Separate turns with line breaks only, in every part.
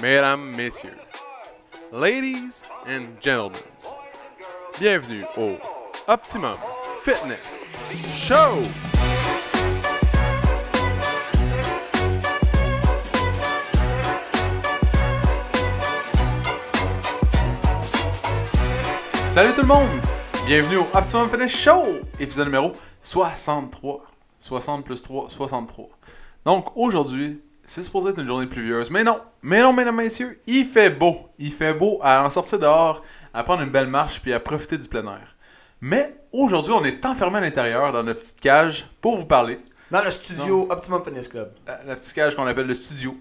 mesdames, messieurs, ladies and gentlemen, bienvenue au Optimum Fitness Show! Salut tout le monde! Bienvenue au Optimum Fitness Show! Épisode numéro 63. 60 plus 3, 63. Donc aujourd'hui, c'est supposé être une journée pluvieuse, mais non, mais non, mesdames, messieurs, il fait beau. Il fait beau à en sortir dehors, à prendre une belle marche, puis à profiter du plein air. Mais aujourd'hui, on est enfermé à l'intérieur dans notre petite cage pour vous parler.
Dans le studio Optimum Fitness Club.
La la petite cage qu'on appelle le studio.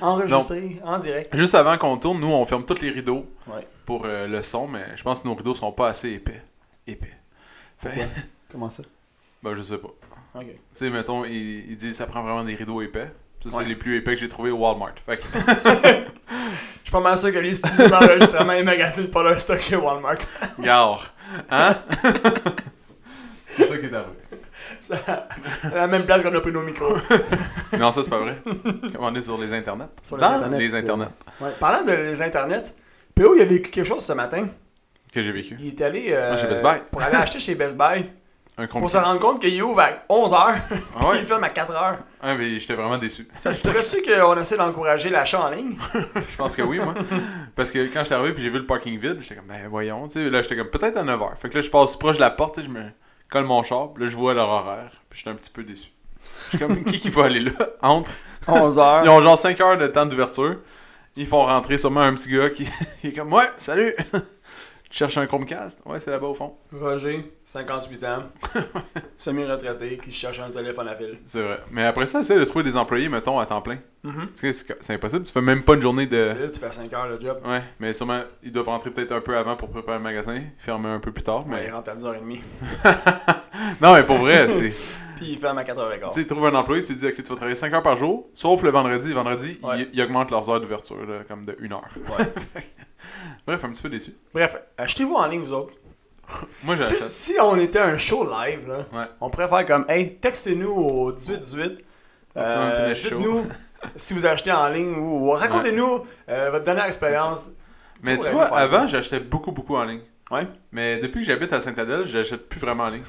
Enregistré en direct.
Juste avant qu'on tourne, nous, on ferme tous les rideaux
Ouais.
pour euh, le son, mais je pense que nos rideaux sont pas assez épais. Épais. Fait-
Pourquoi? Comment ça?
ben, je sais pas.
Ok.
Tu sais, mettons, ils, ils disent ça prend vraiment des rideaux épais. Ça, c'est
Ouais.
les plus épais que j'ai trouvé au Walmart. Fait que-
Je suis pas mal sûr que les studios d'enregistrement et magasinent pas leur stock chez Walmart.
Gare. Hein? c'est ça qui est arrivé.
Ça, à la même place qu'on a pris nos micros.
Non, ça, c'est pas vrai. Comment on est sur les internets?
Sur les
Dans
internets,
les
euh,
internets
Ouais. Parlant de les internets, PO il a vécu quelque chose ce matin.
que j'ai vécu.
Il est allé euh,
Ah, chez Best Buy.
pour aller acheter chez Best Buy
Un compliqué.
pour se rendre compte qu'il ouvre à 11h.
Ah ouais?
Il ferme à 4h.
Ah, mais j'étais vraiment déçu.
Ça se pourrait-tu qu'on essaie d'encourager l'achat en ligne?
Je pense que oui, moi. Parce que quand j'étais arrivé puis j'ai vu le parking vide, j'étais comme, ben voyons, tu sais. Là, j'étais comme, peut-être à 9h. Fait que là, je passe proche de la porte, tu sais, je me colle mon char, puis là, je vois leur horaire, puis j'étais un petit peu déçu. Je suis comme, qui qui va aller là? Entre.
11h.
Ils ont genre 5 heures de temps d'ouverture. Ils font rentrer sûrement un petit gars qui, qui est comme, ouais, salut! Tu cherches un Chromecast? Ouais, c'est là-bas au fond.
Roger, 58 ans, semi-retraité, qui cherche un téléphone à fil.
C'est vrai. Mm-hmm. Mais après ça, essaie de trouver des employés, mettons, à temps plein. Tu sais, c'est c'est impossible. Tu fais même pas une journée de.
C'est là que tu fais 5 heures le job.
Ouais, mais sûrement, ils doivent rentrer peut-être un peu avant pour préparer le magasin, fermer un peu plus tard.
Ouais,
Mais...
il rentre à 10h30.
non, mais pour vrai, c'est.
Puis il ferme à
Tu
4h15.
sais, trouves un employé, tu dis, OK, tu vas travailler 5 heures par jour, sauf le vendredi. Vendredi,
Ouais.
ils, ils augmentent leurs heures d'ouverture, là, comme de 1 heure. Bref, un petit peu déçu.
Bref, achetez-vous en ligne, vous autres.
Moi,
Si,
j'achète.
si on était un show live, là,
Ouais.
on pourrait faire comme Hey, textez-nous au 1818.
Optimum
Euh,
Fitness Show.
Dites-nous si vous achetez en ligne ou ou racontez-nous euh, votre dernière expérience.
Mais
Faut
tu
aller
vois,
faire ça.
avant, j'achetais beaucoup, beaucoup en ligne.
Ouais.
Mais depuis que j'habite à Sainte-Adèle, j'achète plus vraiment en ligne.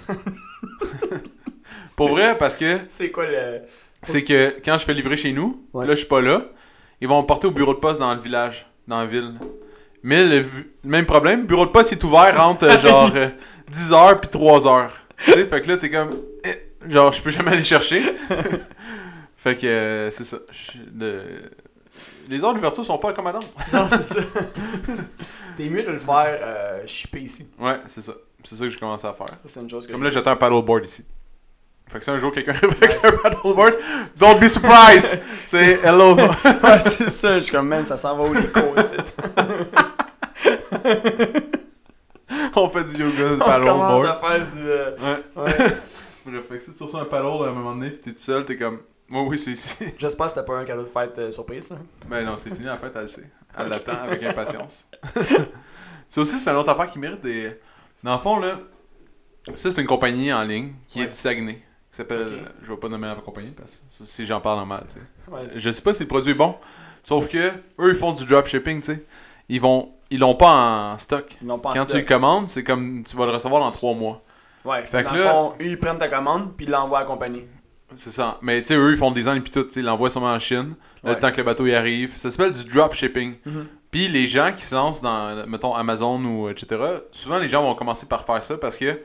pour vrai, parce que
C'est quoi le.
c'est que quand je fais livrer chez nous,
Ouais.
là je suis pas là, ils vont me porter au bureau de poste dans le village, dans la ville. Mais le vu- même problème, bureau de poste il est ouvert entre euh, genre 10h puis 3h. Tu sais, fait que là t'es comme eh, genre je peux jamais aller chercher. fait que euh, c'est ça. Je- le- Les heures d'ouverture sont pas accommodantes.
Non, c'est ça. T'es mieux de le faire euh, shipper ici.
Ouais, c'est ça. C'est ça que j'ai commencé à faire.
Ça, c'est une chose que.
Comme là, j'étais un paddleboard ici. Fait que si un jour quelqu'un arrive avec
Ouais,
un
c'est-
paddleboard, don't be surprised! C'est hello!
Ouais, c'est ça. Je suis comme, man, ça s'en va où les cours ici?
On fait du yoga de
On commence à
paddleboard.
faire du. euh,
Ouais.
ouais.
Bref, fait que si tu reçois un paddle à un moment donné pis t'es tout seul, t'es comme, moi oui, c'est ici.
J'espère que c'était pas un cadeau de fête euh, surprise. là.
Ben non, c'est fini en fait, elle le sait. Elle l'attend avec impatience. ça aussi, c'est une autre affaire qui mérite des. Dans le fond, là, ça c'est une compagnie en ligne qui est
Ouais.
du Saguenay. Qui s'appelle.
Ok.
Je vais pas nommer la compagnie parce que si j'en parle en mal, tu sais.
Ouais, c'est-
Je sais pas si le produit est bon. Sauf que eux ils font du dropshipping, tu sais. Ils vont ils l'ont pas en stock.
Ils n'ont pas en
Quand tu le
stock.
commandes, c'est comme tu vas le recevoir dans trois mois.
Ouais,
Fait
dans
que
le
là-
fond, eux, ils prennent ta commande puis ils l'envoient à la compagnie.
C'est ça. Mais tu sais eux ils font des ans et puis tout, tu sais, ils l'envoient sûrement en Chine là, le
Ouais.
temps que le bateau y arrive. Ça s'appelle du dropshipping.
Mhm.
Puis les gens qui se lancent dans mettons Amazon ou etc., souvent les gens vont commencer par faire ça parce que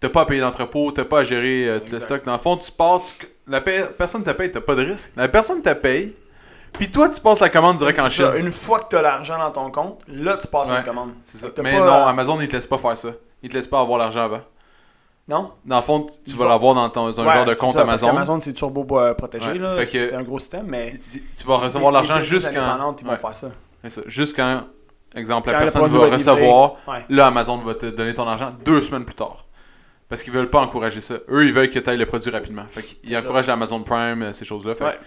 t'as pas à payer l'entrepôt, t'as pas à gérer euh, tout le
Exact.
stock. Dans le fond, tu pars, tu- la pe- personne te paye, t'as pas de risque. La personne te paye, puis toi tu passes la commande direct en
C'est ça,
Chine.
une fois que t'as l'argent dans ton compte, là tu passes
Ouais.
une commande.
C'est ça.
Fait que t'as
Mais
pas,
non,
euh,
Amazon, ils te laissent pas faire ça. Ils te laissent pas avoir l'argent avant.
Non?
Dans le fond, tu- tu
Ils
vas
vont-
l'avoir dans ton, dans un
Ouais,
genre de
c'est
compte
ça, parce
Amazon.
Amazon c'est turbo euh, protégé
Ouais,
là,
fait que-
c'est c'est un gros système mais
Tu tu vas recevoir l'argent jusqu'en.
indépendantes, ils vont
Ouais,
faire ça.
c'est ça. Jusqu'en. Exemple, la
Quand le
personne
produit
va
va livrer.
recevoir.
Ouais.
Là, Amazon va te donner ton argent deux semaines plus tard. Parce qu'ils veulent pas encourager ça. Eux, ils veulent que tu ailles le produit rapidement. Fait qu'ils
C'est ça.
encouragent l'Amazon Prime, euh, ces choses-là. Fait que
Ouais.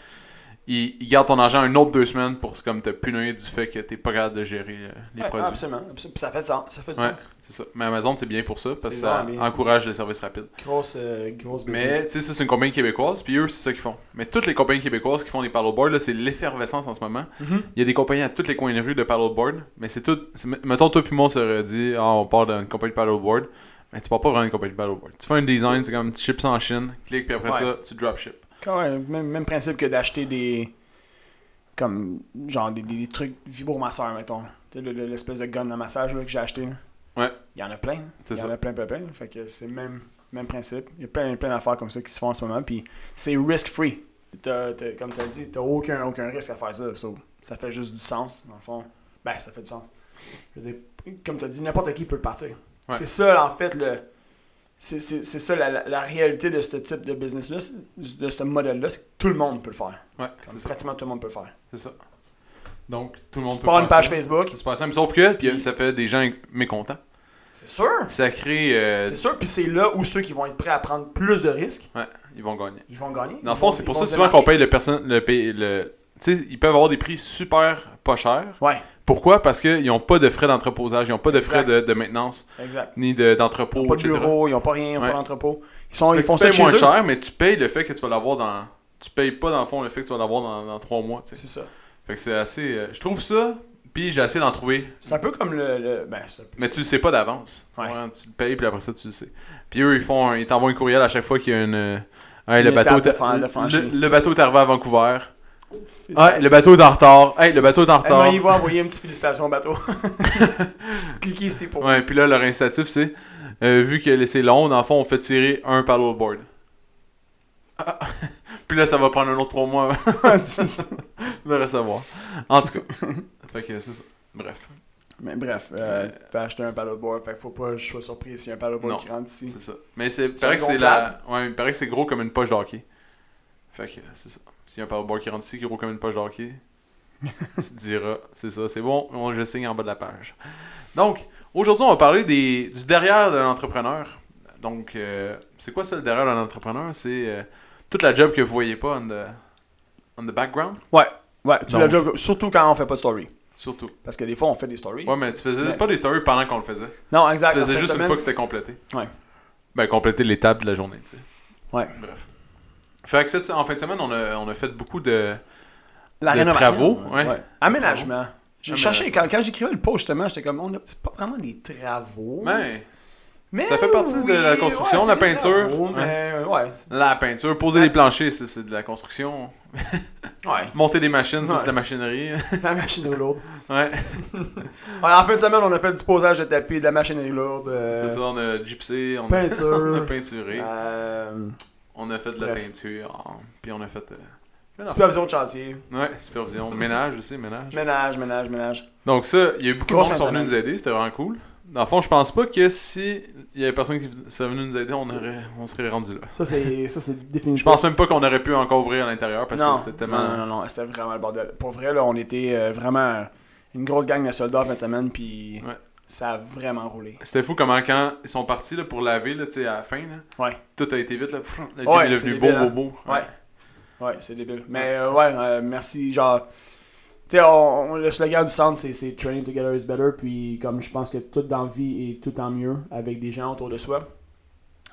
ils, ils gardent ton argent un autre deux semaines pour comme, te punir du fait que t'es pas capable de gérer euh, les
Ouais, ah.
produits.
absolument, absolument. Puis ça fait du sens. Ça fait du
Ouais,
sens.
c'est ça. Mais Amazon, c'est bien pour ça, parce que
C'est
ça
vraiment bien, ça.
encourage les services rapides.
Grosse, euh, grosse
Mais,
business.
tu sais, ça, c'est une compagnie québécoise, puis eux, c'est ça qu'ils font. Mais toutes les compagnies québécoises qui font des paddleboards, là, c'est l'effervescence en ce moment.
Mhm.
Il y a des compagnies à tous les coins de rue de paddleboard, mais c'est tout. c'est- Mettons, toi puis moi, on se dit, ah, on part d'une compagnie de paddleboard, mais tu pars pas vraiment d'une compagnie de paddleboard. Tu fais un design, c'est comme tu chips en Chine, clique, puis après
Ouais.
ça, tu drop ship.
Quand même, même, même principe que d'acheter des. Comme. Genre des, des, des trucs vibromasseurs, mettons. Tu sais, le- le- l'espèce de gun à massage là, que j'ai acheté. là.
Ouais.
Il y en a plein.
C'est
Il y
ça.
en a plein, plein, plein. Fait que c'est le même, même principe. Il y a plein, plein d'affaires comme ça qui se font en ce moment. Puis c'est risk-free. T'as- t'as- Comme tu as dit, t'as aucun, aucun risque à faire ça. So, ça fait juste du sens, dans le fond. Ben, ça fait du sens. Je veux dire, comme tu as dit, n'importe qui peut le partir.
Ouais.
C'est ça, en fait, le. C'est c'est- c'est ça la, la- la réalité de ce type de business-là, c'est- de ce modèle-là, c'est que tout le monde peut le faire.
Ouais,
Comme
c'est ça.
pratiquement tout le monde peut le faire.
C'est ça. Donc, tout le monde
Tu
peut
pars une
faire
page
ça.
Facebook,
C'est super simple. Sauf que, puis, ça fait des gens mécontents.
c'est sûr!
Ça crée. euh,
C'est sûr, puis c'est là où ceux qui vont être prêts à prendre plus de risques,
ouais, ils vont gagner.
ils vont gagner.
Dans le
Ils
fond,
vont-
c'est
ils
pour
vont
ça
se
souvent qu'on
démarquer.
paye le personne. Le, paye- le, tu sais, ils peuvent avoir des prix super pas chers.
Ouais,
Pourquoi? Parce qu'ils n'ont pas de frais d'entreposage, ils n'ont pas de frais de,
Exact.
de maintenance,
exact.
ni de-
Ils
d'entrepôt,
n'ont pas de
etc.
bureau, ils n'ont pas rien, ils n'ont
Ouais.
pas d'entrepôt. Ils, sont,
Fait
ils
que
font
tu
ça
payes
chez
moins
eux.
cher, mais tu payes le fait que tu vas l'avoir dans. Tu payes pas, dans le fond, le fait que tu vas l'avoir dans, dans trois mois. tu sais.
C'est ça.
Fait que c'est assez. euh, je trouve ça, puis j'ai essayé d'en trouver.
C'est un peu comme le. le- ben, c'est un peu-
Mais tu le sais pas d'avance. Tu
Ouais.
comprends? Tu le payes, puis après ça, tu le sais. Puis eux, ils font un- ils t'envoient un courriel à chaque fois qu'il y a une. euh, Hey, le,
Une
bateau
étape de
est-
fran- de franchie.
le, le bateau est arrivé à Vancouver.
c'est ça.
Ah, le bateau est en retard. Hey, le bateau est en
Eh ben,
retard.
il va envoyer une petite félicitation au bateau. Cliquez ici pour.
Ouais, puis là, leur incitatif, c'est euh, vu que c'est long, dans le fond, on fait tirer un paddleboard. Ah. puis là, ça va prendre un autre trois mois avant
C'est ça.
de recevoir. En tout cas, fait que c'est ça. Bref,
Mais bref, euh, t'as acheté un paddleboard, fait que faut pas que je sois surpris s'il y a un paddleboard
Non.
qui rentre ici.
c'est ça. Mais c'est
C'est
paraît que c'est la ouais, il paraît que c'est gros comme une poche de hockey. Fait que c'est ça. S'il y a un paddleboard qui rentre ici qui est gros comme une poche de hockey, tu te diras, c'est ça, c'est bon, on je signe en bas de la page. Donc, aujourd'hui, on va parler des, du derrière d'un entrepreneur. Donc, euh, c'est quoi ça le derrière d'un entrepreneur C'est euh, toute la job que vous voyez pas on the, on the background,
Ouais,
tu l'as
déjà, surtout quand on fait pas de story.
surtout.
Parce que des fois, on fait des stories.
Ouais, mais tu faisais
Mais-
pas des stories pendant qu'on le faisait.
Non, exact.
tu
en
faisais
fin
juste
de
une
semaine,
fois que c'était complété.
Ouais.
Ben, compléter l'étape de la journée, tu sais.
Ouais.
Bref. Fait que cette, en fin de semaine, on a, on a fait beaucoup de.
La
de
rénovation.
travaux, ouais.
Aménagement. J'ai
Aménagement.
cherché, quand, quand j'écrivais le post justement, j'étais comme, on a- c'est pas vraiment des travaux.
Ben,
mais
ça fait partie de la construction,
c'est
la
des
peinture.
travaux, mais, euh, ouais, c'est-
la peinture, poser
Ouais.
les planchers, c'est- c'est de la construction.
ouais.
Monter des machines, ça,
Ouais.
c'est de la machinerie.
la machinerie lourde.
ouais,
Ouais, en fin de semaine, on a fait du posage de tapis, de la machinerie lourde. euh,
c'est ça, on a gypsé, on a,
Peinture.
on a peinturé,
euh,
on a fait de la
Bref.
peinture, oh, puis on a fait. euh, plein d'affaires.
supervision de chantier.
Ouais, supervision, ménage aussi, ménage.
Ménage, ménage, ménage.
Donc ça, il y a eu beaucoup de
Grosse
monde qui sont
fin de
venus nous aider, c'était vraiment cool. Dans le fond, je pense pas que si il y avait personne qui serait venu nous aider, on, aurait, on serait rendu là.
Ça, c'est ça, c'est
Je
définitif.
pense même pas qu'on aurait pu encore ouvrir à l'intérieur parce
non.
que c'était tellement.
Non, non, non, c'était vraiment le bordel. Pour vrai, là, on était euh, vraiment une grosse gang de soldats en fin de semaine, puis
Ouais.
ça a vraiment roulé.
C'était fou comment quand ils sont partis là, pour laver là, tu sais, à la fin, là,
Ouais.
tout a été vite. Là, pfff, le gym
Ouais,
est
c'est
devenu beau,
débile, hein.
beau, beau.
Ouais. Ouais, c'est débile. Mais euh, ouais, euh, merci, genre... Tu sais, on- on- le slogan du centre, c'est- c'est « Training together is better », puis comme je pense que tout dans la vie est tout en mieux avec des gens autour de soi.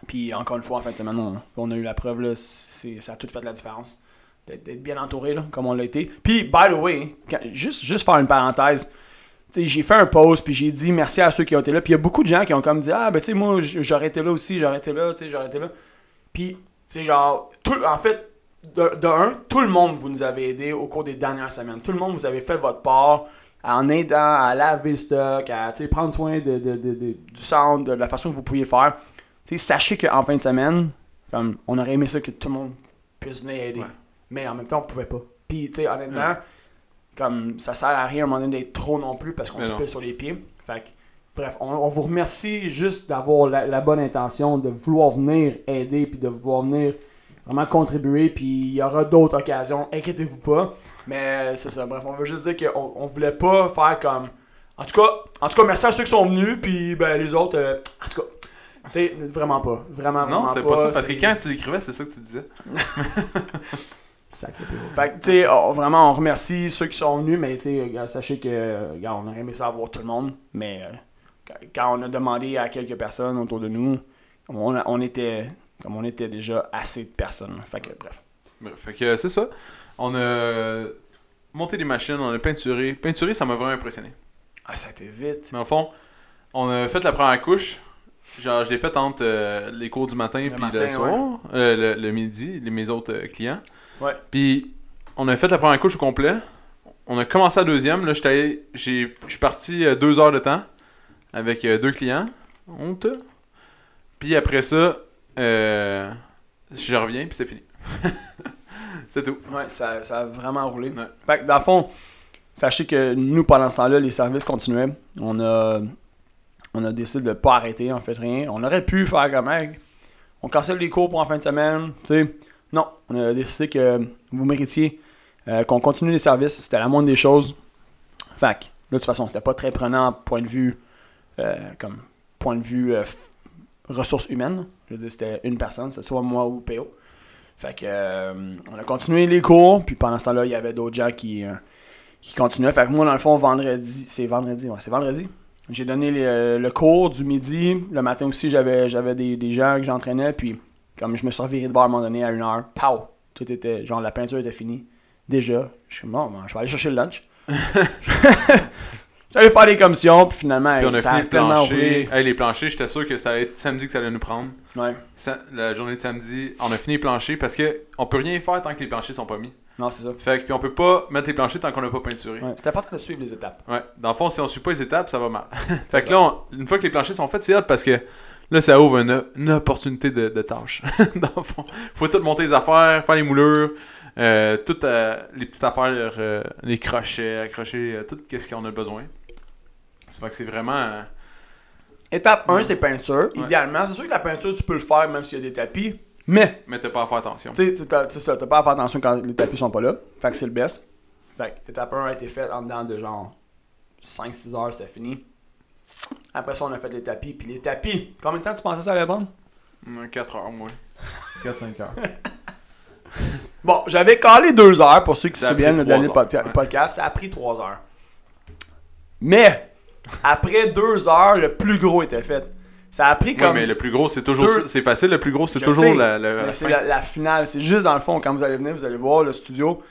Puis encore une fois, en fin de semaine, on, on a eu la preuve, là, c'est- ça a tout fait la différence. D'être d'être bien entouré, là, comme on l'a été. Puis, by the way, quand- juste, juste faire une parenthèse, tu sais, j'ai fait un post, puis j'ai dit merci à ceux qui ont été là. Puis il y a beaucoup de gens qui ont comme dit « Ah, ben tu sais, moi, j- j'aurais été là aussi, j'aurais été là, tu sais, j'aurais été là. » Puis, c'est genre, tout, en fait, de, de un, tout le monde vous nous avez aidé au cours des dernières semaines. Tout le monde vous avez fait votre part en aidant à laver le stock, à tu sais, prendre soin de, de- de- de- du centre, de la façon que vous pouviez faire. Tu sais, sachez qu'en fin de semaine, comme, on aurait aimé ça que tout le monde puisse venir aider.
Ouais.
Mais en même temps, on pouvait pas. Puis, tu sais, honnêtement,
Ouais.
comme ça sert à rien à un moment donné d'être trop non plus parce qu'on
Mais
se
non.
pèse sur les pieds. Fait que, bref, on, on vous remercie juste d'avoir la, la bonne intention, de vouloir venir aider, puis de vouloir venir vraiment contribuer, puis il y aura d'autres occasions, inquiétez-vous pas. Mais euh, c'est ça, bref, on veut juste dire qu'on on voulait pas faire comme... En tout cas, en tout cas, merci à ceux qui sont venus, puis ben, les autres, euh, en tout cas, tu sais, vraiment pas, vraiment,
Non,
vraiment
c'était
pas.
pas ça. Parce
c'est-
que quand tu l'écrivais, c'est ça que tu disais.
Sacré Péro. Fait que, tu sais, on- vraiment, on remercie ceux qui sont venus, mais tu sais, euh, sachez que, euh, regarde, on aurait aimé ça avoir tout le monde, mais euh, quand- quand on a demandé à quelques personnes autour de nous, on, a- on était, comme on était déjà assez de personnes. là. Fait que, bref.
Bref, fait que euh, c'est ça. On a monté des machines, on a peinturé. Peinturé, ça m'a vraiment impressionné.
Ah, ça a été vite.
Mais au fond, on a fait la première couche. Genre, je l'ai faite entre euh, les cours du matin
Le
puis
matin,
le soir, euh, le, le midi, les, mes autres euh, clients.
Ouais.
Puis, on a fait la première couche au complet. On a commencé la deuxième. Là, j'étais allé- j'ai- je suis parti euh, deux heures de temps avec euh, deux clients. Honte. Puis après ça, euh, je reviens, puis c'est fini. c'est tout.
Ouais, ça, ça a vraiment roulé.
Ouais.
Fait que, dans le fond, sachez que nous, pendant ce temps-là, les services continuaient. On a, on a décidé de pas arrêter, on fait rien. On aurait pu faire comme Hey, on cancelle les cours pour en fin de semaine, tu sais. Non, on a décidé que vous méritiez euh, qu'on continue les services. C'était la moindre des choses. Fait que, là, de toute façon, c'était pas très prenant point de vue, euh, comme point de vue euh, f- ressources humaines. Je veux dire, c'était une personne, c'était soit moi ou PO. Fait que euh, on a continué les cours, puis pendant ce temps-là, il y avait d'autres gens qui, euh, qui continuaient. Fait que moi, dans le fond, vendredi, c'est vendredi, ouais, c'est vendredi. J'ai donné euh, le, le cours du midi. Le matin aussi, j'avais j'avais des, des gens que j'entraînais, puis comme je me suis reviré de bord à un moment donné à une heure, pow! Tout était, genre la peinture était finie. Déjà, je suis bon, ben, je vais aller chercher le lunch. J'allais faire des commissions, puis finalement,
Puis on a
ça
fini le
tellement
plancher.
roulé.
Hey, les planchers, j'étais sûr que ça allait être samedi que ça allait nous prendre.
Ouais.
Sa- la journée de samedi, on a fini les planchers parce que on peut rien faire tant que les planchers sont pas mis.
Non, c'est ça.
Fait que puis on peut pas mettre les planchers tant qu'on n'a pas peinturé. Ouais.
Ouais, C'était important de suivre les étapes.
Dans le fond, si on suit pas les étapes, ça va mal. fait
ça.
que là, on- une fois que les planchers sont faits, c'est hot parce que là, ça ouvre une, une opportunité de, de tâche. Dans le fond, faut tout monter les affaires, faire les moulures, euh, toutes euh, les petites affaires, euh, les crochets, accrocher euh, tout ce qu'on a besoin. Ça fait que c'est vraiment. euh,
Étape 1,
Ouais.
c'est peinture.
Ouais.
Idéalement, c'est sûr que la peinture, tu peux le faire même s'il y a des tapis. Mais,
mais t'as pas à faire attention.
tu sais, t'as- c'est ça, t'as pas à faire attention quand les tapis sont pas là. Fait que c'est le best. Fait que l'étape 1 a été faite en dedans de genre 5-6 heures, c'était fini. Après ça, on a fait les tapis. Puis les tapis, combien de temps tu pensais que ça allait prendre?
4 heures, moi. 4-5 heures.
Bon, j'avais calé deux heures pour ceux qui se
Ça a pris
souviennent le
trois
dernier
heures,
podca-
ouais.
podcast. Ça a pris trois heures. Mais, après deux heures, le plus gros était fait. Ça a pris
Ouais,
comme.
mais le plus gros, c'est toujours.
Deux-
C'est facile, le plus gros, c'est
Je
toujours
sais,
la, la-
mais
la
c'est
fin.
la, la finale. C'est juste dans le fond, quand vous allez venir, vous allez voir le studio.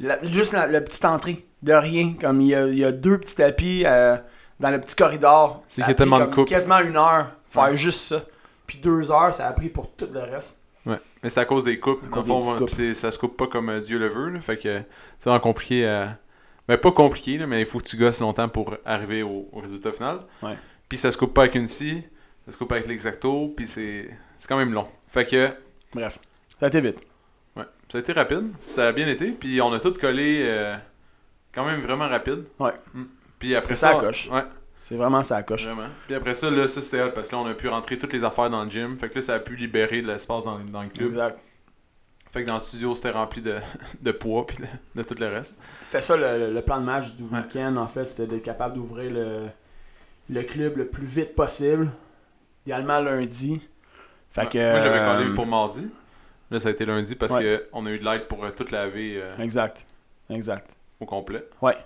la- juste la, la petite entrée, de rien. Comme il y a, il y a deux petits tapis euh, dans le petit corridor.
C'est
Ça
qu'il
a
y a
pris
tellement de
comme
coupes.
Quasiment une heure, faire
Ouais.
juste ça. Puis deux heures, ça a pris pour tout le reste.
Ouais. Mais c'est à cause des coupes.
À
Dans
cause
le fond,
des petites
ouais,
coupes.
c'est- ça se coupe pas comme euh, Dieu le veut. là. fait que c'est vraiment compliqué. à- Ben, pas compliqué, là, mais il faut que tu gosses longtemps pour arriver au, au résultat final.
Ouais.
Puis ça se coupe pas avec une scie, ça se coupe avec l'exacto, puis c'est c'est quand même long. Fait que,
Bref, ça a été vite.
ouais, ça a été rapide, ça a bien été, puis on a tout collé euh, quand même vraiment rapide.
Ouais.
Mm. Puis après
C'est ça,
ça,
la coche.
Ouais.
C'est vraiment ça la coche.
Vraiment. Puis après ça, là, ça c'était hot parce que là, on a pu rentrer toutes les affaires dans le gym. Fait que là, ça a pu libérer de l'espace dans, dans le club.
Exact.
Fait que dans le studio, c'était rempli de, de poids puis de, de tout le reste.
C'était ça le, le plan de match du
Ouais.
week-end, en fait. C'était d'être capable d'ouvrir le, le club le plus vite possible. Idéalement lundi. Fait
Ouais.
que,
Moi, j'avais
euh,
collé pour mardi. Là, ça a été lundi parce
Ouais.
que qu'on a eu de l'aide pour euh, toute la V euh,
Exact. Exact.
au complet.
Ouais.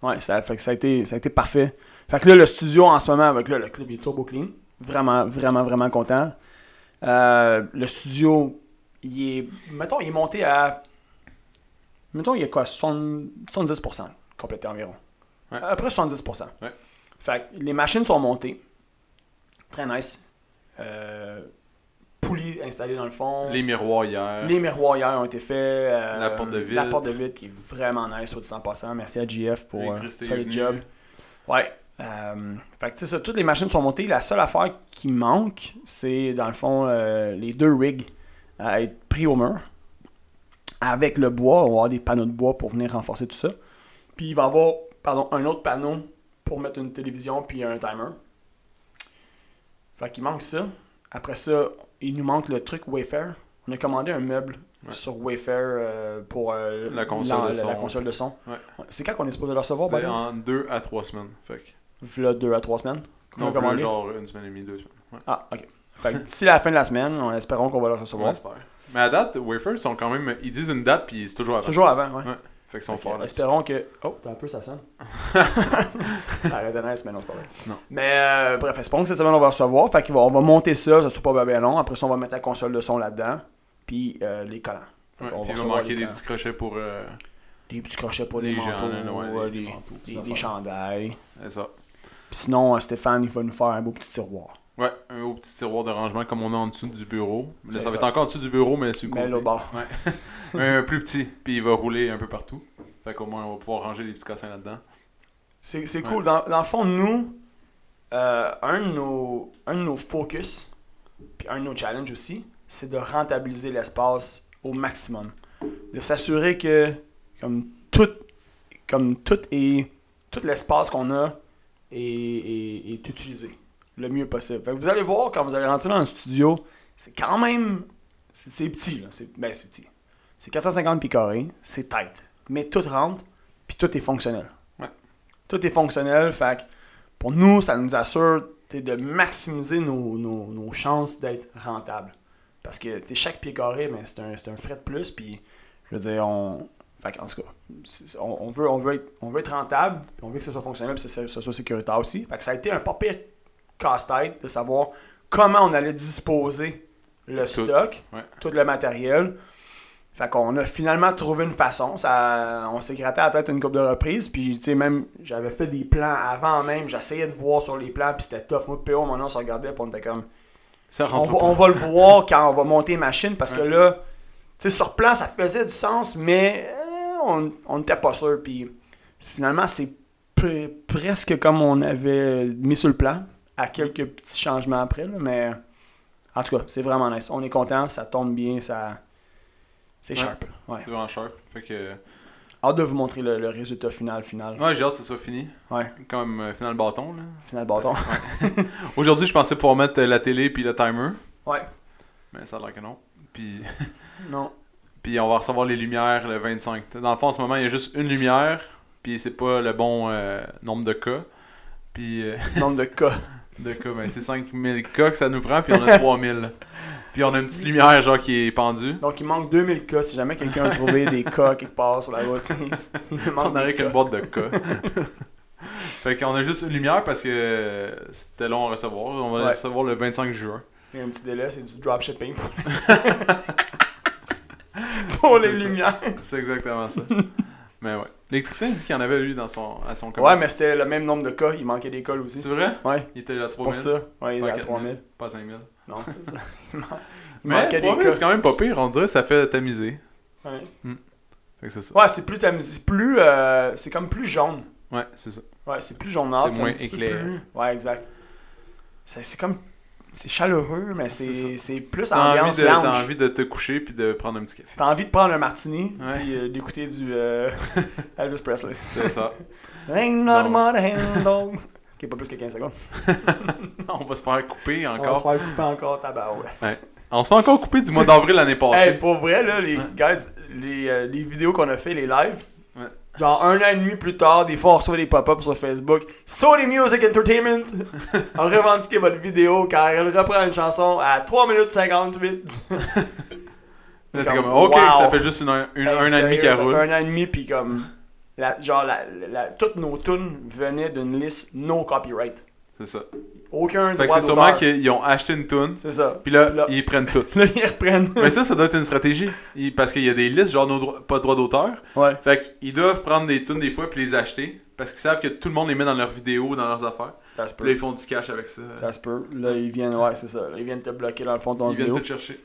Ouais, ça, fait que ça, a été, ça a été parfait. Fait que là, le studio en ce moment, avec là, le club est turbo clean. Vraiment, vraiment, vraiment content. Euh, le studio, il est. Mettons, il est monté à. Mettons, il est quoi 70 70% complété environ.
Ouais.
Après 70%.
Ouais.
Fait que les machines sont montées. Très nice. Euh, poulies installées dans le fond.
Les miroirs hier.
Les miroirs hier ont été faits. euh,
Euh, La porte de vitre.
La porte de vitre qui est vraiment nice, soit dit en passant. Merci à GF pour euh,
L'électricité
faire
est
le
venue.
job. Ouais. euh, fait que tu sais ça, toutes les machines sont montées. La seule affaire qui manque, c'est dans le fond euh, les deux rigs à être pris au mur. Avec le bois, on va avoir des panneaux de bois pour venir renforcer tout ça. Puis il va y avoir pardon, un autre panneau pour mettre une télévision puis un timer. Fait qu'il manque ça. Après ça, il nous manque le truc Wayfair. On a commandé un meuble
Ouais.
sur Wayfair euh, pour euh,
La console de son.
la console de son.
Ouais.
C'est quand qu'on est supposé le recevoir,
C'était
by the way?
en deux à trois semaines. Fait que.
V'là deux à trois semaines. Qu'on a
Non, voilà,
commandé.
genre une semaine et demie, deux semaines. Ouais.
Ah, ok. Fait que d'ici la fin de la semaine, on espérons qu'on va le
On
recevoir.
espère. Mais à date, Wafers sont quand même. Ils disent une date puis c'est toujours avant.
Toujours avant, ouais.
Ouais, Fait qu'ils sont
Fait que,
forts là.
espérons que. Oh, t'as un peu, ça sonne. Arrête de nice, mais non, c'est pas vrai.
Non.
Mais euh, bref, espérons que cette semaine, on va recevoir. Fait qu'on va, on va monter ça, ça sera pas bien, bien long. Après ça, on va mettre la console de son là-dedans. Puis euh, les collants. Fait
Ouais,
qu'on
puis il va
recevoir
manquer
les
des
collants.
petits crochets pour. euh,
Des petits crochets pour les,
Les gens,
manteaux,
là, ouais,
ouais,
les
des,
manteaux, ces
des- des
affaires.
chandails.
c'est ça.
Puis sinon, euh, Stéphane, il va nous faire un beau petit tiroir.
Ouais, un beau petit tiroir de rangement comme on a en dessous du bureau. Là,
C'est
ça va
ça.
être encore en dessous du bureau, mais sur le
Mais
côté.
là, bas.
un plus petit, puis il va rouler un peu partout. Fait qu'au moins, on va pouvoir ranger les petits cassins là-dedans.
C'est c'est
Ouais.
cool. Dans, dans le fond, nous, euh, un, de nos, un de nos focus, puis un de nos challenges aussi, c'est de rentabiliser l'espace au maximum. De s'assurer que comme tout, comme tout, est, tout l'espace qu'on a est, est- est utilisé le mieux possible. Fait que vous allez voir quand vous allez rentrer dans un studio, c'est quand même. C'est c'est petit, là. C'est ben, c'est petit. C'est 450 pieds carrés, c'est tight. Mais tout rentre, puis tout est fonctionnel.
Ouais.
Tout est fonctionnel, fait que pour nous, ça nous assure t'sais, de maximiser nos, nos- nos chances d'être rentable. Parce que t'sais, chaque pied carré, mais c'est un, c'est un frais de plus, puis je veux dire, on. Fait que, en tout cas, c'est- on, on veut, on, veut être, on veut être rentable, puis on veut que ce soit fonctionnel, puis que ce- ce soit sécuritaire aussi. Fait que ça a été un pas pire casse-tête de savoir comment on allait disposer le
Tout.
stock,
Ouais.
tout le matériel. Fait qu'on a finalement trouvé une façon. Ça, on s'est gratté la tête une couple de reprises. Puis, tu sais, même, j'avais fait des plans avant même. J'essayais de voir sur les plans. Puis c'était tough. Moi, PO, mon on se regardait. Puis on était comme.
Ça
On
rentre
va,
pas.
on va le voir quand on va monter machine. Parce que
Ouais.
là, tu sais, sur plan, ça faisait du sens. Mais euh, on- on n'était pas sûr. Puis finalement, c'est pre- presque comme on avait mis sur le plan.
Mm.
À quelques petits changements après. là, mais en tout cas, c'est vraiment nice. On est content. Ça tombe bien. Ça. C'est
Ouais.
sharp. Ouais.
C'est vraiment sharp. Fait que.
Hâte de vous montrer le, le résultat final, final.
Ouais, j'ai hâte que ce soit fini.
Ouais.
Comme euh, final bâton, là.
Final bâton.
Aujourd'hui, je pensais pouvoir mettre euh, la télé puis le timer.
Ouais.
Mais ça a l'air que non. Puis,
Non.
puis on va recevoir les lumières le 25. Dans le fond, en ce moment, il y a juste une lumière. Puis c'est pas le bon euh, nombre de cas. Puis. euh,
Nombre de cas.
de cas, ben, c'est 5000 cas que ça nous prend. Puis on a 3000. Puis on a une petite lumière, genre, qui est pendue.
Donc, il manque 2000 cas. Si jamais quelqu'un a trouvé des cas quelque part sur la route, il manque
On
des
aurait qu'une
cas.
boîte de cas. fait qu'on a juste une lumière parce que c'était long à recevoir. On va
Ouais.
la recevoir le 25 juin.
Il y a un petit délai, c'est du dropshipping. Pour les
C'est ça.
lumières.
C'est exactement ça. mais ouais. L'électricien dit qu'il y en avait lui dans son, à son
Ouais,
commerce.
mais c'était le même nombre de cas. Il manquait des cas
c'est
aussi.
vrai?
Ouais.
Il était à 3000.
Pour ça. Ouais, il est
pas
à
4000,
3000.
Pas 5000.
Non, c'est ça. Il man- il
Mais
manquait
3000,
des
c'est
cas.
quand même pas pire. On dirait que ça fait tamiser.
Ouais,
Fait que c'est ça.
Ouais, c'est plus tamisé. Plus. euh, c'est comme plus jaune.
Ouais, c'est ça.
Ouais, c'est plus journal.
C'est moins
un petit peu
éclair.
plus- Ouais, exact. C'est c'est comme. C'est chaleureux, mais
C'est
c'est c'est plus
T'as envie,
ambiance
de, t'as
lounge.
envie de te coucher puis de prendre un petit café.
T'as envie de prendre un martini
Ouais.
puis euh, d'écouter du euh, Elvis Presley.
C'est ça.
Rain on
Non.
my handle. Ok, pas plus que 15 secondes.
on va se faire couper
On
encore.
va se faire couper encore tabac, ouais.
fait encore couper du mois d'avril l'année passée.
Hey, pour vrai, là, les
Ouais.
guys, les, euh, les vidéos qu'on a fait, les lives,
Ouais.
genre un an et demi plus tard, des fois on reçoit des pop-ups sur Facebook. Sony Music Entertainment a revendiqué votre vidéo car elle reprend une chanson à 3 minutes 58.
Là, t'es
Comme,
comme, ok,
wow.
ça fait juste une, heure- une-
Hey,
un an et demi
sérieux,
qu'elle
Ça
roule.
fait un an et demi, puis comme. la- genre, la, la- toutes nos tunes venaient d'une liste no copyright.
C'est ça.
Aucun
Fait que
droit
c'est sûrement
d'auteur.
qu'ils ont acheté une toune,
C'est ça.
puis là,
Puis là-
ils prennent tout.
Là, ils reprennent.
Mais ça, ça doit être une stratégie. Ils- parce qu'il y a des listes, genre, nos droits- pas de droits d'auteur.
Ouais.
Fait qu'ils doivent prendre des tunes des fois puis les acheter. Parce qu'ils savent que tout le monde les met dans leurs vidéos, dans leurs affaires.
Ça se
Puis là,
peut.
ils font du cash avec ça.
Ça se peut. Là, ils viennent, ouais, c'est ça. Là, Ils viennent te bloquer dans le fond de ton
Ils viennent
vidéo.
tout chercher.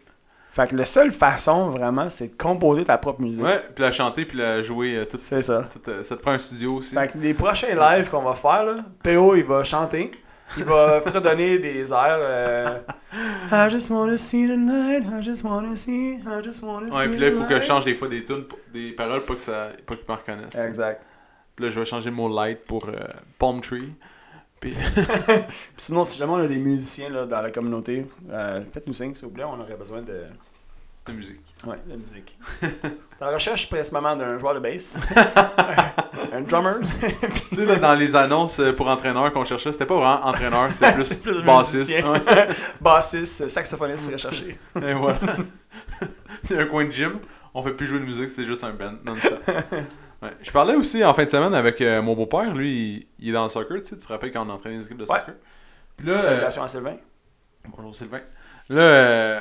Fait que la seule façon, vraiment, c'est de composer ta propre musique.
Ouais, puis la chanter, puis la jouer. euh, tout,
C'est ça.
tout, euh, ça te prend un studio aussi.
Fait que les prochains lives qu'on va faire, là, PO, il va chanter. Il va fredonner des airs. euh, I just wanna see the light, I just wanna see, I just wanna see.
Ouais, puis là, il
the
faut que je
light.
change des fois des tunes, pour- des paroles, pas que ça, pas qu'ils me reconnaissent.
Exact.
Puis là, je vais changer le mot light pour euh, palm tree.
Puis sinon, si jamais on a des musiciens là, dans la communauté, euh, faites-nous signe, s'il vous plaît, on aurait besoin de,
De musique.
ouais, de musique. T'es en recherche précisément d'un joueur de bass, un drummer,
Tu sais, là, dans les annonces euh, pour entraîneur qu'on cherchait, c'était pas vraiment entraîneur, c'était plus,
Ah, C'est plus
bassiste.
musicien.
Ouais.
Euh, bassiste, saxophoniste recherché.
Et voilà. hein. Il y a un coin de gym, on fait plus jouer de musique, c'est juste un band. non-stop. Ouais. Je parlais aussi en fin de semaine avec euh, mon beau-père, lui, il, il est dans le soccer, tu sais, tu te rappelles quand on entraînait les équipes de
Ouais.
soccer. Puis là, euh,
Salutations à Sylvain.
Bonjour Sylvain. Là, euh,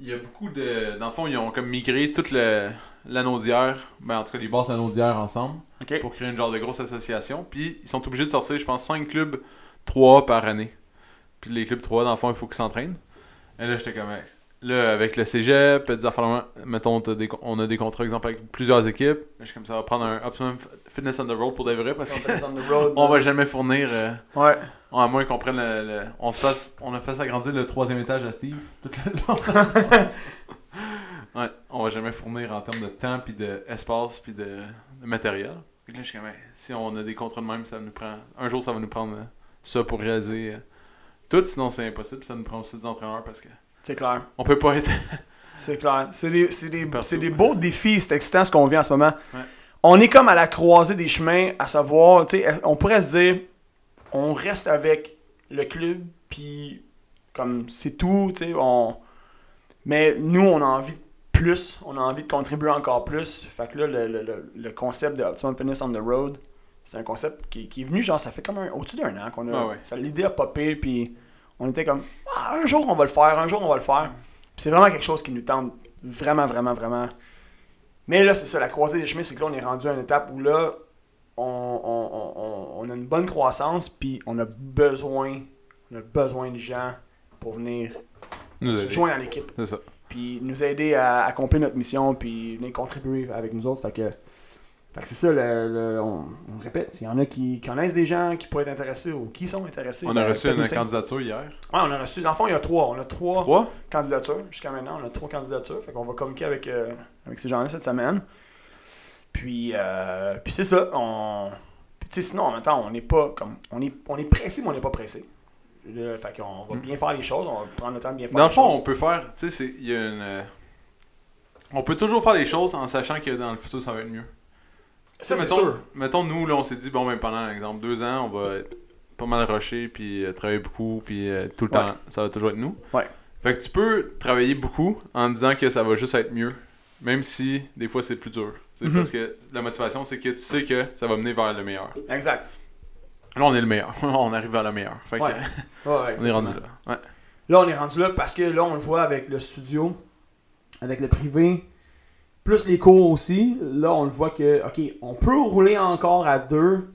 il y a beaucoup de. Dans le fond, ils ont comme migré tout le- l'anneau d'hier. Ben, en tout cas, ils bossent l'anneau d'hier ensemble
Ok.
pour créer une genre de grosse association. Puis, ils sont obligés de sortir, je pense, 5 clubs 3 par année. Puis, les clubs 3, dans le fond, il faut qu'ils s'entraînent. Et là, j'étais comme. hey. Là, avec le cégep, des affaires, mettons, t'as des- on a des contrats, exemple, avec plusieurs équipes. Je suis comme ça, on va prendre un Optimum Fitness on the Road pour de vrai parce
On est
qu'on
on the road,
va
man.
jamais fournir. euh,
Ouais.
Ouais, à moins qu'on prenne le, le- On se fasse. On a fait agrandir le troisième étage à Steve. Tout le long. ouais, on va jamais fournir en termes de temps, puis d'espace, puis de, de matériel. Fait que là, je suis comme, Hey, si on a des contrats de même, ça nous prend. Un jour, ça va nous prendre euh, ça pour réaliser euh, tout, sinon c'est impossible. Ça nous prend aussi des entraîneurs parce que.
C'est clair.
On peut pas être.
C'est clair. C'est des, c'est des-
Partout.
c'est des beaux défis, c'est excitant ce qu'on vit en ce moment.
Ouais.
On est comme à la croisée des chemins, à savoir, tu sais, on pourrait se dire, on reste avec le club, puis comme c'est tout, tu sais, on... Mais nous, on a envie de plus, on a envie de contribuer encore plus. Fait que là, le, le- le- le concept de Optimum Fitness on the Road, c'est un concept qui, qui est venu, genre, ça fait comme un- au-dessus d'un an qu'on a...
Ah ouais.
ça- L'idée a popé, puis on était comme, Ah, un jour, on va le faire, un jour, on va le faire. Puis c'est vraiment quelque chose qui nous tente vraiment, vraiment, vraiment. Mais là, c'est ça, la croisée des chemins, c'est que là, on est rendu à une étape où là, on, on- on- on- on a une bonne croissance, puis on a besoin, on a besoin de gens pour venir
Nous
se
aider.
joindre à l'équipe,
C'est ça.
puis nous aider à accomplir notre mission, puis venir contribuer avec nous autres. Fait que, fait que c'est ça, le, le- on, on répète, s'il y en a qui connaissent des gens qui pourraient être intéressés ou qui sont intéressés.
On a
ben,
reçu une
faites-nous signe.
candidature hier.
Ouais, on a reçu. Dans le fond, il y a trois. On a trois,
Trois
candidatures. Jusqu'à maintenant, on a trois candidatures. Fait qu'on va communiquer avec, euh, avec ces gens-là cette semaine. Puis, euh, puis c'est ça. On... Puis tu sais, sinon, en même temps, on n'est pas comme. On est, on est pressé, mais on n'est pas pressé. Le- fait qu'on va
Mm.
bien faire les choses. On va prendre le temps de bien faire
Dans le
les
fond, on
choses.
peut faire. Tu sais, c'est- il y a une. euh, On peut toujours faire les choses en sachant que dans le futur, ça va être mieux.
Ça, c'est
mettons,
sûr.
mettons, nous, là, on s'est dit, bon, ben, pendant, par exemple, deux ans, on va être pas mal rusher, puis euh, travailler beaucoup, puis euh, tout le
Ouais.
temps, ça va toujours être nous.
Ouais.
Fait que tu peux travailler beaucoup en disant que ça va juste être mieux, même si des fois c'est plus dur. Tu sais,
Mhm.
Parce que la motivation, c'est que tu sais que ça va mener vers le meilleur.
Exact.
Là, on est le meilleur. on arrive vers le meilleur. Fait que,
Ouais, Ouais, ouais,
on est
exactement.
rendu là. Ouais.
Là, on est rendu là parce que là, on le voit avec le studio, avec le privé, plus les cours aussi. Là, on le voit que, OK, on peut rouler encore à deux,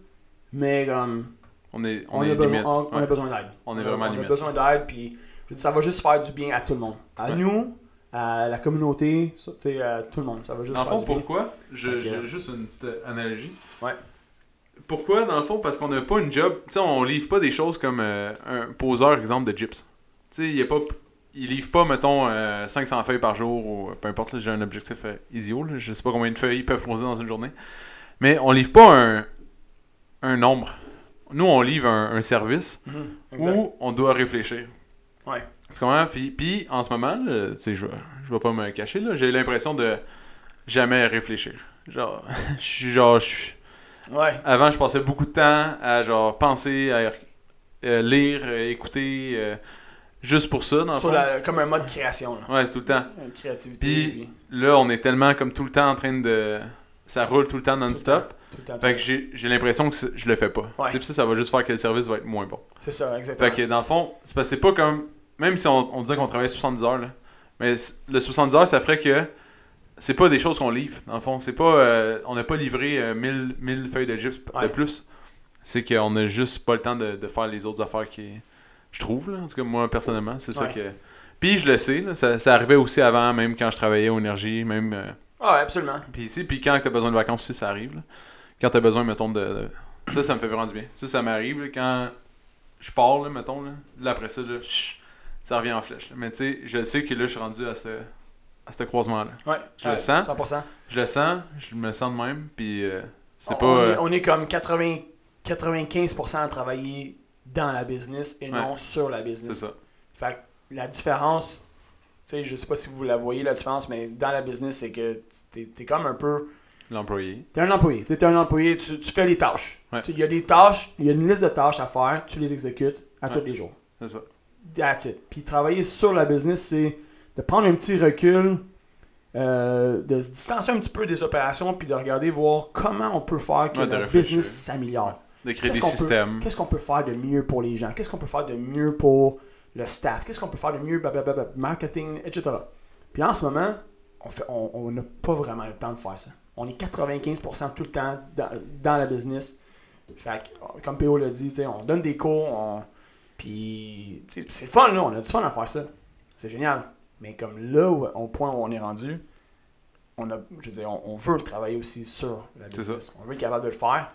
mais comme.
On est, on
on,
est
a besoin,
limite.
on- on
Ouais.
a besoin d'aide.
On est vraiment
on
limite.
a besoin d'aide, puis je dis, ça va juste faire du bien à tout le monde. À
Ouais.
nous, à la communauté, ça, tu sais, à tout le monde. Ça va juste
Dans le
faire
fond,
du bien.
pourquoi Je-
Ok.
J'ai juste une petite euh, analogie.
Ouais.
Pourquoi, dans le fond Parce qu'on n'a pas une job. Tu sais, on livre pas des choses comme euh, un poseur, exemple, de gyps. Tu sais, il est pas. Il livre pas, mettons, euh, 500 feuilles par jour ou euh, peu importe, là, j'ai un objectif euh, idiot. là, je sais pas combien de feuilles ils peuvent poser dans une journée. Mais on livre pas un, un nombre. Nous, on livre un, un service
Mhm, exact.
où on doit réfléchir.
Ouais.
Tu comprends? Puis, puis, en ce moment, là, tu sais, je vais- je vais pas me cacher, là, j'ai l'impression de jamais réfléchir. Genre, je suis genre, je suis-
Ouais.
avant, je passais beaucoup de temps à genre penser, à euh, lire, euh, écouter, euh, juste pour ça, dans le
Sur
fond.
la- comme un mode création, là.
Ouais, tout le temps.
Une créativité.
Puis,
puis
Là, on est tellement comme tout le temps en train de. Ça roule tout le temps non-stop.
tout le temps.
Fait que j'ai j'ai l'impression que c'est- je le fais pas.
Ouais.
C'est pour ça, ça va juste faire que le service va être moins bon.
C'est ça, exactement.
Fait que dans le fond, c'est parce que c'est pas comme. Même si on, on disait qu'on travaillait 70 heures, là, mais c- le 70 heures, ça ferait que c'est pas des choses qu'on livre, dans le fond. C'est pas. euh, on n'a pas livré euh, 1000, 1000 feuilles de gypse de
Ouais.
plus. C'est qu'on a juste pas le temps de, de faire les autres affaires qui. Je trouve, là. En tout cas, moi, personnellement, c'est ça
Ouais.
que. Puis je le sais, là, ça, ça arrivait aussi avant, même quand je travaillais aux énergie, même. euh,
Ah, ouais, absolument.
puis ici, puis quand t'as besoin de vacances aussi, ça arrive. là. Quand t'as besoin, mettons, de, de- Ça, ça me fait vraiment du bien. Ça, ça m'arrive là, quand je pars, là, mettons. Là, Là, après ça, là, chut, ça revient en flèche. là. Mais tu sais, je sais que là, je suis rendu à ce, à ce croisement-là.
Ouais. euh,
Je le
Ouais,
sens.
100%.
Je le sens, je me sens de même, puis euh, c'est
on,
pas...
on est,
euh,
on est comme 80, 95% à travailler dans la business et non sur la
c'est
business.
ça.
Fait que la différence, tu sais, je sais pas si vous la voyez la différence, mais dans la business, c'est que t'es es comme un peu.
L'employé.
T'es un employé. Tu sais, t'es un employé, tu, tu fais les tâches.
Ouais.
Tu- Il y a des tâches, il y a une liste de tâches à faire, tu les exécutes à
Ouais.
tous les jours.
C'est ça.
That's it. Puis travailler sur la business, c'est de prendre un petit recul, euh, de se distancer un petit peu des opérations puis de regarder voir comment on peut faire que
Ouais, de
notre
réfléchir.
business s'améliore.
de créer des
Qu'est-ce qu'on peut-
systèmes.
Qu'est-ce qu'on peut faire de mieux pour les gens? Qu'est-ce qu'on peut faire de mieux pour le staff? Qu'est-ce qu'on peut faire de mieux, blablabla, marketing, etc. Puis en ce moment, on fait- on on n'a pas vraiment le temps de faire ça. On est 95% tout le temps dans, dans la business. Fait que, comme PO l'a dit, tu sais, on donne des cours, on- puis tu sais, c'est le fun, là, on a du fun à faire ça. C'est génial. Mais comme là, où- au point où on est rendu, on, a, je veux dire, on, on veut travailler aussi sur la
C'est
business. On veut être capable de le faire.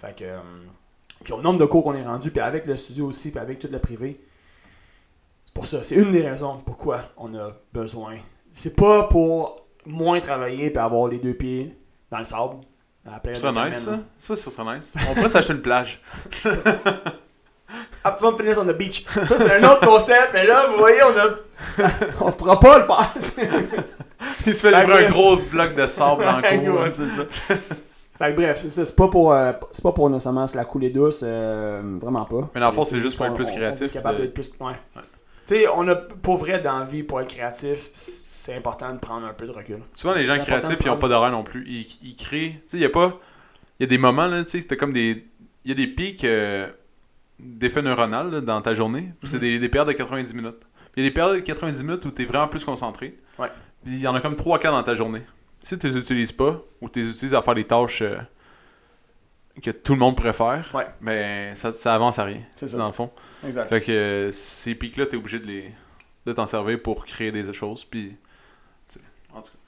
Fait que, euh, puis au nombre de cours qu'on est rendu, puis avec le studio aussi, puis avec tout le privé. C'est pour ça, c'est une des raisons pourquoi on a besoin. C'est pas pour moins travailler puis avoir les deux pieds dans le sable. à la période
Ça serait
d'automne.
nice, ça. Ça, ça serait nice. On pourrait s'acheter une plage.
Optimum Fitness on the Beach. Ça, c'est un autre concept, mais là, vous voyez, on a. on pourra pas le faire.
Il se fait
Ah,
livrer un
oui.
gros bloc de sable en
Ouais,
cours. hein,
ouais, c'est ça. Fait que bref, c'est ça, c'est pas pour euh, c'est pas pour nécessairement se la couler douce, euh, vraiment pas.
Mais dans le fond, c'est juste pour être plus
on- on est
créatif
capable
de-
d'être plus. Ouais. Tu sais, on a pour vrai dans la vie pour être créatif, c- c'est important de prendre un peu de recul.
Souvent, les gens
C'est important de
créatifs, ils n'ont pas
prendre-
d'horaire non plus. Ils, ils créent. Tu sais, il y a pas. Il y a des moments, là, tu sais, t'as comme des. Il y a des pics euh, d'effet neuronal là, dans ta journée.
Mhm.
C'est des, des périodes de 90 minutes. Il y a des périodes de 90 minutes où tu es vraiment plus concentré.
Ouais.
Puis Il y en a comme 3 4 dans ta journée. Si tu les utilises pas, ou tu les utilises à faire des tâches euh, que tout le monde pourrait faire,
Ouais.
ben, ça, ça avance à rien,
C'est ça.
dans le fond.
Exact.
Fait que euh, ces pics-là, t'es obligé de les de t'en servir pour créer des choses. Puis, tu sais, en tout cas,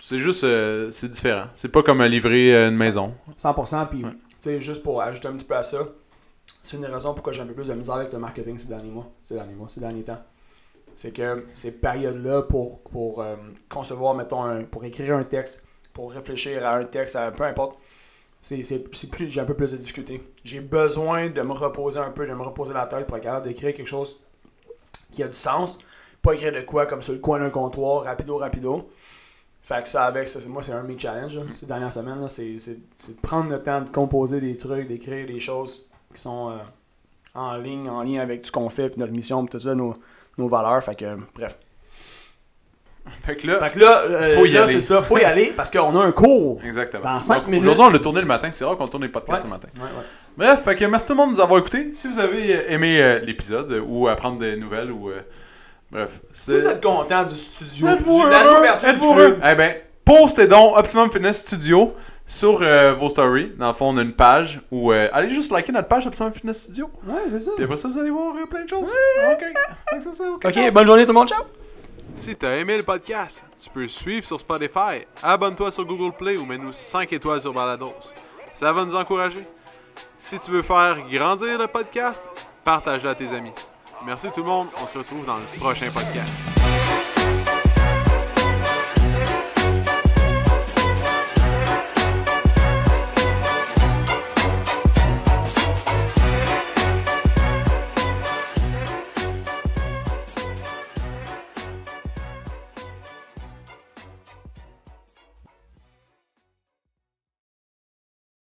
c'est juste, euh, c'est différent. C'est pas comme euh, livrer euh, une maison.
100%. Puis,
Ouais.
tu sais, juste pour ajouter un petit peu à ça, c'est une des raisons pourquoi j'ai un peu plus de misère avec le marketing ces derniers mois, ces derniers mois, ces derniers temps. C'est que ces périodes-là pour, pour euh, concevoir, mettons, un- pour écrire un texte, pour réfléchir à un texte, à, peu importe, c'est, c'est, c'est plus, j'ai un peu plus de difficultés. J'ai besoin de me reposer un peu, de me reposer la tête pour être capable d'écrire quelque chose qui a du sens. Pas écrire de quoi comme sur le coin d'un comptoir, rapido, rapido. Fait que ça, avec ça, c'est- moi, c'est un de mes challenges là,
Mm.
ces dernières semaines. là. C'est c'est- c'est de prendre le temps de composer des trucs, d'écrire des choses qui sont euh, en ligne, en lien avec ce qu'on fait, puis notre mission, puis tout ça, nos, nos valeurs. Fait que, euh, bref.
Fait que là,
Fait que là, euh,
Faut y
là,
aller.
c'est ça, faut y aller parce qu'on a un cours.
exactement.
Dans cinq
Donc,
minutes.
Aujourd'hui, on l'a tourné le matin. C'est rare qu'on tourne les podcasts
Ouais.
le matin.
Ouais, ouais.
Bref, fait que merci tout le monde de nous avoir écoutés. Si vous avez euh, aimé euh, l'épisode euh, ou apprendre des nouvelles ou. euh, bref.
Si vous êtes content du studio,
Êtes-vous
du- de la
heureux?
couverture du
Êtes-vous
club,
heureux? Eh ben, postez donc Optimum Fitness Studio sur euh, vos stories. Dans le fond, on a une page où euh, allez juste liker notre page Optimum Fitness Studio.
Ouais, c'est ça.
Puis après ça, vous allez voir euh, plein de choses. Ok. Fait que c'est ça, ok.
Ok, bonne journée tout le monde, ciao!
Si t'as aimé le podcast, tu peux le suivre sur Spotify, abonne-toi sur Google Play ou mets-nous 5 étoiles sur Balados. Ça va nous encourager. Si tu veux faire grandir le podcast, partage-le à tes amis. Merci tout le monde, on se retrouve dans le prochain podcast.